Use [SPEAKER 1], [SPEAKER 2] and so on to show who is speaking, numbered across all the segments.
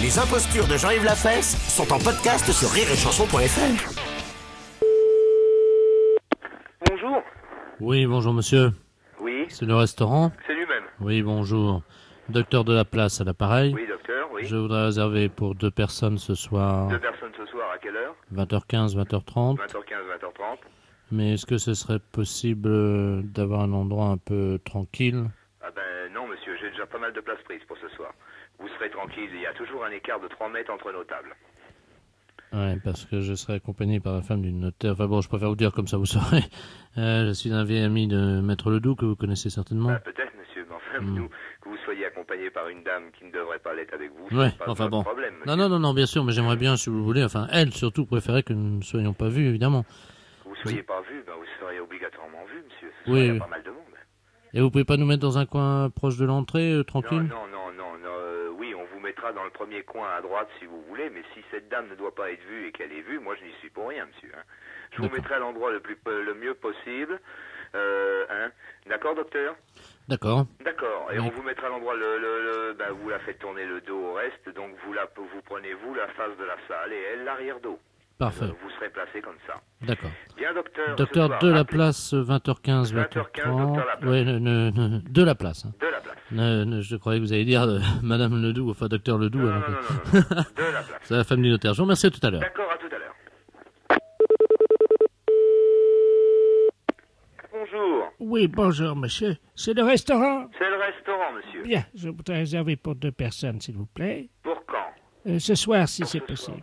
[SPEAKER 1] Les impostures de Jean-Yves Lafesse sont en podcast sur rireetchanson.fr.
[SPEAKER 2] Bonjour.
[SPEAKER 3] Oui, bonjour monsieur.
[SPEAKER 2] Oui,
[SPEAKER 3] C'est le restaurant
[SPEAKER 2] c'est lui-même.
[SPEAKER 3] Oui, bonjour. Docteur de la place à l'appareil.
[SPEAKER 2] Oui, docteur, oui.
[SPEAKER 3] Je voudrais réserver pour deux personnes ce soir,
[SPEAKER 2] Deux personnes ce soir, à quelle heure
[SPEAKER 3] 20h15, 20h30.
[SPEAKER 2] 20h15, 20h30.
[SPEAKER 3] Mais est-ce que ce serait possible euh, d'avoir un endroit un peu tranquille
[SPEAKER 2] Ah ben non, monsieur, j'ai déjà pas mal de places prises pour ce soir. Vous serez tranquille, il y a toujours un écart de 3 mètres entre nos tables.
[SPEAKER 3] Ouais, parce que je serai accompagné par la femme d'une notaire. Enfin bon, je préfère vous dire comme ça vous saurez. Euh, je suis un vieil ami de Maître Ledoux que vous connaissez certainement.
[SPEAKER 2] Ah, Peut-être, monsieur, mais enfin,
[SPEAKER 3] Hmm.
[SPEAKER 2] nous, que vous soyez accompagné par une dame qui ne devrait pas l'être avec vous,
[SPEAKER 3] Ouais,
[SPEAKER 2] c'est pas
[SPEAKER 3] enfin
[SPEAKER 2] notre
[SPEAKER 3] bon.
[SPEAKER 2] problème.
[SPEAKER 3] Non,
[SPEAKER 2] monsieur.
[SPEAKER 3] non, non, non, bien sûr, mais j'aimerais bien, si vous le voulez, enfin, elle surtout préférait que nous ne soyons pas vus, évidemment.
[SPEAKER 2] Que vous soyez pas vu, ben vous serez obligatoirement vu, monsieur. Ce
[SPEAKER 3] Oui,
[SPEAKER 2] soir, il y a
[SPEAKER 3] oui.
[SPEAKER 2] pas mal de monde.
[SPEAKER 3] Et vous pouvez pas nous mettre dans un coin proche de l'entrée, euh,
[SPEAKER 2] Non,
[SPEAKER 3] tranquille
[SPEAKER 2] non, non, non, non, euh, oui, on vous mettra dans le premier coin à droite si vous voulez, mais si cette dame ne doit pas être vue et qu'elle est vue, moi je n'y suis pour rien, monsieur. hein. Je vous
[SPEAKER 3] D'accord.
[SPEAKER 2] mettrai à l'endroit le, plus, po- le mieux possible. euh, hein. D'accord, docteur
[SPEAKER 3] D'accord.
[SPEAKER 2] D'accord. Et
[SPEAKER 3] Oui.
[SPEAKER 2] on vous mettra à l'endroit, le, le- le- ben, vous la faites tourner le dos au reste, donc vous, la, vous prenez vous la face de la salle et elle l'arrière-dos.
[SPEAKER 3] Parfait.
[SPEAKER 2] Euh, Vous serez placé comme ça.
[SPEAKER 3] D'accord.
[SPEAKER 2] Bien, docteur. ce
[SPEAKER 3] Docteur
[SPEAKER 2] soir,
[SPEAKER 3] de la
[SPEAKER 2] appelez-
[SPEAKER 3] place, euh, 20h15,
[SPEAKER 2] 20h15, docteur
[SPEAKER 3] 20h30.
[SPEAKER 2] Laplace.
[SPEAKER 3] Oui, ne- ne- ne- de la place. hein.
[SPEAKER 2] De la place.
[SPEAKER 3] Ne- ne- je croyais que vous alliez dire euh, Madame Ledoux, enfin Docteur Ledoux.
[SPEAKER 2] Non, non,
[SPEAKER 3] alors
[SPEAKER 2] non,
[SPEAKER 3] que-
[SPEAKER 2] non, non, non. De la place.
[SPEAKER 3] C'est la femme du notaire. Je vous remercie à tout à l'heure.
[SPEAKER 2] D'accord, à tout à l'heure. Bonjour.
[SPEAKER 4] Oui, bonjour, monsieur. C'est le restaurant
[SPEAKER 2] C'est le restaurant, monsieur.
[SPEAKER 4] Bien, je voudrais réserver pour deux personnes, s'il vous plaît.
[SPEAKER 2] Pour quand
[SPEAKER 4] Euh, ce soir, si c'est possible.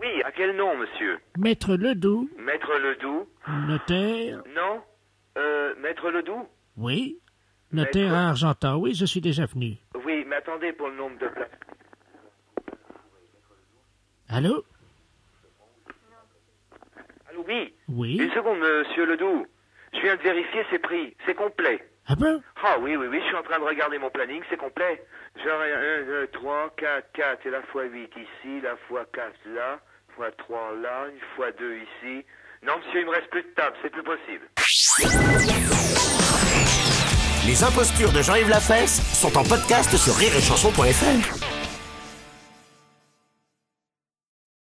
[SPEAKER 2] Oui, à quel nom, monsieur
[SPEAKER 4] Maître Ledoux,
[SPEAKER 2] Maître Ledoux
[SPEAKER 4] notaire.
[SPEAKER 2] Non Euh, Maître Ledoux
[SPEAKER 4] Oui. Notaire à Argentan. Oui, je suis déjà venu.
[SPEAKER 2] Oui, mais attendez pour le nombre de places.
[SPEAKER 4] Allô
[SPEAKER 2] Allô, oui
[SPEAKER 4] Oui.
[SPEAKER 2] Une seconde, monsieur Ledoux. Je viens de vérifier, c'est pris. C'est complet.
[SPEAKER 4] Ah bon
[SPEAKER 2] Ah oui, oui, oui, je suis en train de regarder mon planning, c'est complet. Genre 1, 2, 3, 4, 4, et la fois 8 ici, la fois 4 là, fois 3 là, une fois 2 ici. Non, monsieur, il me reste plus de table, c'est plus possible.
[SPEAKER 1] Les impostures de Jean-Yves Lafesse sont en podcast sur rireetchanson.fr.